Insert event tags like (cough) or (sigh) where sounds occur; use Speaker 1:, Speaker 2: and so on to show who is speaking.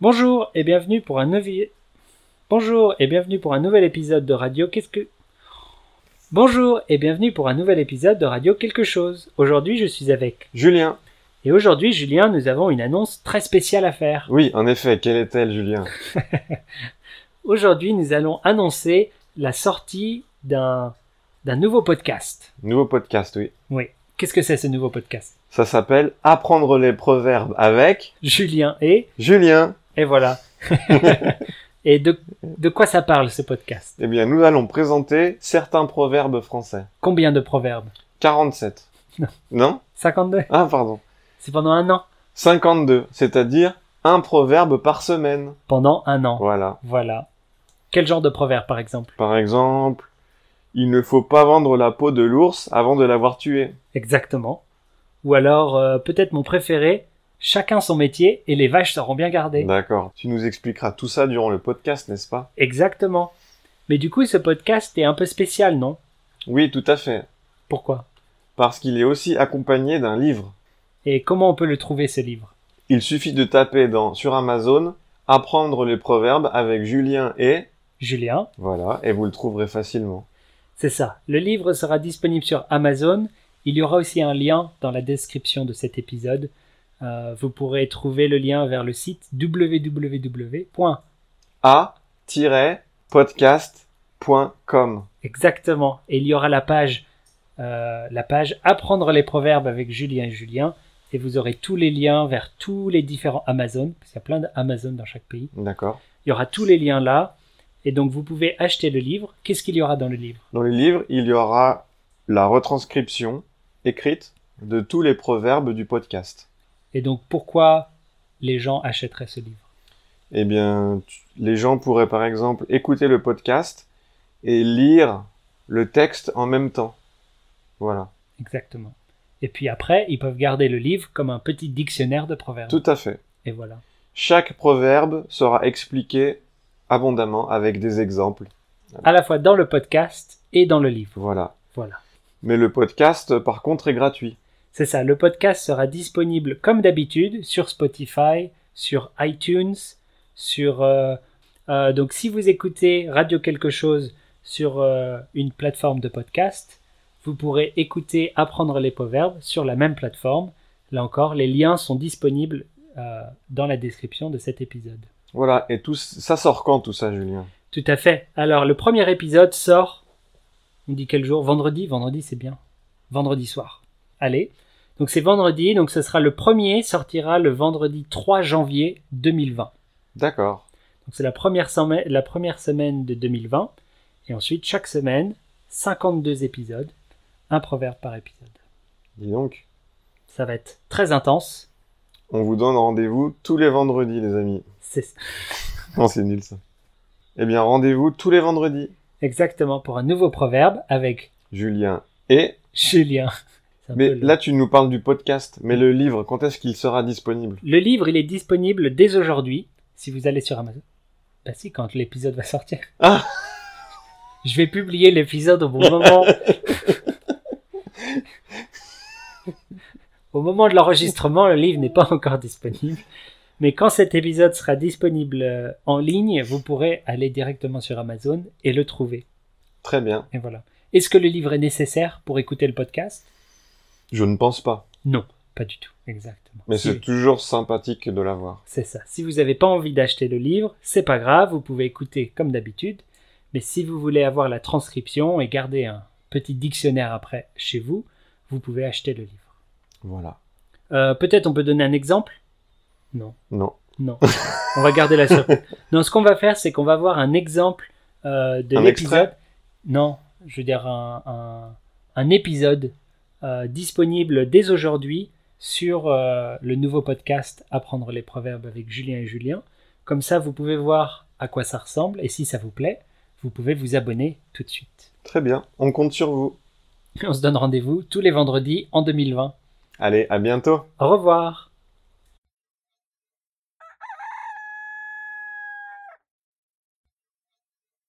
Speaker 1: Bonjour et bienvenue pour un nouvel Bonjour et bienvenue pour un nouvel épisode de Radio Qu'est-ce que Bonjour et bienvenue pour un nouvel épisode de Radio Quelque chose. Aujourd'hui, je suis avec
Speaker 2: Julien.
Speaker 1: et aujourd'hui, Julien, nous avons une annonce très spéciale à faire.
Speaker 2: Oui, en effet, quelle est-elle, Julien
Speaker 1: Aujourd'hui, nous allons annoncer la sortie d'un d'un nouveau podcast.
Speaker 2: Nouveau podcast, oui.
Speaker 1: Oui. Qu'est-ce que c'est ce nouveau podcast
Speaker 2: Ça s'appelle Apprendre les proverbes avec
Speaker 1: Julien et
Speaker 2: Julien.
Speaker 1: et voilà. (laughs) et de de quoi ça parle ce podcast
Speaker 2: Eh bien, nous allons présenter certains proverbes français.
Speaker 1: Combien de proverbes
Speaker 2: 47.
Speaker 1: Non.
Speaker 2: Non
Speaker 1: 52.
Speaker 2: Ah, pardon.
Speaker 1: C'est pendant un an.
Speaker 2: 52, c'est-à-dire un proverbe par semaine.
Speaker 1: Pendant un an.
Speaker 2: Voilà.
Speaker 1: Voilà. Quel genre de proverbe, par exemple
Speaker 2: Par exemple, il ne faut pas vendre la peau de l'ours avant de l'avoir tué.
Speaker 1: Exactement. Ou alors, euh, peut-être mon préféré, chacun son métier et les vaches seront bien gardées.
Speaker 2: D'accord. Tu nous expliqueras tout ça durant le podcast, n'est-ce pas
Speaker 1: Exactement. Mais du coup, ce podcast est un peu spécial, non
Speaker 2: Oui, tout à fait.
Speaker 1: Pourquoi
Speaker 2: Parce qu'il est aussi accompagné d'un livre.
Speaker 1: Et comment on peut le trouver, ce livre
Speaker 2: Il suffit de taper dans sur Amazon apprendre les proverbes avec Julien et
Speaker 1: Julien,
Speaker 2: voilà et vous le trouverez facilement.
Speaker 1: c'est ça. Le livre sera disponible sur Amazon. Il y aura aussi un lien dans la description de cet épisode. Euh, vous pourrez trouver le lien vers le site www.
Speaker 2: a-podcast.com.
Speaker 1: Exactement. Et il y aura la page, euh, la page Apprendre les proverbes avec Julien et Julien. Et vous aurez tous les liens vers tous les différents Amazon, parce qu'il y a plein d'Amazon dans chaque pays.
Speaker 2: D'accord.
Speaker 1: Il y aura tous les liens là. Et donc vous pouvez acheter le livre. Qu'est-ce qu'il y aura dans le livre
Speaker 2: Dans les livres, il y aura la retranscription écrite de tous les proverbes du podcast.
Speaker 1: Et donc pourquoi les gens achèteraient ce livre
Speaker 2: Eh bien, tu- les gens pourraient par exemple écouter le podcast et lire le texte en même temps. Voilà,
Speaker 1: Exactement. Et puis après, ils peuvent garder le livre comme un petit dictionnaire de proverbes.
Speaker 2: tout à fait.
Speaker 1: Et voilà.
Speaker 2: Chaque proverbe sera expliqué abondamment avec des exemples.
Speaker 1: À la fois dans le podcast et dans le livre.
Speaker 2: Voilà.
Speaker 1: Voilà.
Speaker 2: Mais le podcast, par contre, est gratuit.
Speaker 1: C'est ça, le podcast sera disponible comme d'habitude sur Spotify, sur iTunes, sur... euh, euh, donc si vous écoutez Radio quelque chose sur euh, une plateforme de podcast, vous pourrez écouter Apprendre les proverbes sur la même plateforme. Là encore, les liens sont disponibles euh, dans la description de cet épisode.
Speaker 2: Voilà. Et tout, ça sort quand tout ça, Julien
Speaker 1: Tout à fait. Alors le premier épisode sort... On dit quel jour Vendredi Vendredi c'est bien. Vendredi soir. Allez. Donc c'est vendredi, donc ce sera le premier, sortira le vendredi 3 janvier 2020. Donc
Speaker 2: D'accord.
Speaker 1: c'est la, première semaine- la première semaine de 2020. Et ensuite, chaque semaine, 52 épisodes, un proverbe par épisode.
Speaker 2: Dis donc.
Speaker 1: Ça va être très intense.
Speaker 2: On vous donne rendez-vous tous les vendredis, les amis. (laughs)
Speaker 1: C'est
Speaker 2: Non, c'est nul ça. Eh bien, rendez-vous tous les vendredis.
Speaker 1: exactement pour un nouveau proverbe avec
Speaker 2: Julien. Et
Speaker 1: Julien. C'est un
Speaker 2: mais
Speaker 1: peu le-
Speaker 2: là, tu nous parles du podcast. Mais le livre, quand est-ce qu'il sera disponible
Speaker 1: Le livre, il est disponible dès aujourd'hui, si vous allez sur Amazon. Bah si, quand l'épisode va sortir.
Speaker 2: Ah.
Speaker 1: Je vais publier l'épisode au bon
Speaker 2: (laughs)
Speaker 1: moment. au moment de l'enregistrement, le livre n'est pas encore disponible. Mais quand cet épisode sera disponible euh, en ligne, vous pourrez aller directement sur Amazon et le trouver.
Speaker 2: Très bien.
Speaker 1: Et voilà. Est-ce que le livre est nécessaire pour écouter le podcast
Speaker 2: Je ne pense pas.
Speaker 1: Non, pas du tout. Exactement.
Speaker 2: Mais
Speaker 1: Si-
Speaker 2: c'est toujours sympathique de l'avoir.
Speaker 1: C'est ça. Si vous n'avez pas envie d'acheter le livre, c'est pas grave, vous pouvez écouter comme d'habitude. Mais si vous voulez avoir la transcription et garder un petit dictionnaire après chez vous, vous pouvez acheter le livre.
Speaker 2: Voilà.
Speaker 1: Euh, Peut-être on peut donner un exemple Non.
Speaker 2: Non.
Speaker 1: Non. On va garder la surprise. Non, ce qu'on va faire, c'est qu'on va voir un exemple euh, de
Speaker 2: Un
Speaker 1: l'épisode.
Speaker 2: extrait
Speaker 1: Non, je veux dire un, un- un épisode euh, disponible dès aujourd'hui sur euh, le nouveau podcast Apprendre les proverbes avec Julien et Julien. Comme ça, vous pouvez voir à quoi ça ressemble et si ça vous plaît, vous pouvez vous abonner tout de suite.
Speaker 2: Très bien. On compte sur vous.
Speaker 1: On se donne rendez-vous tous les vendredis en 2020.
Speaker 2: Allez, à bientôt.
Speaker 1: Au revoir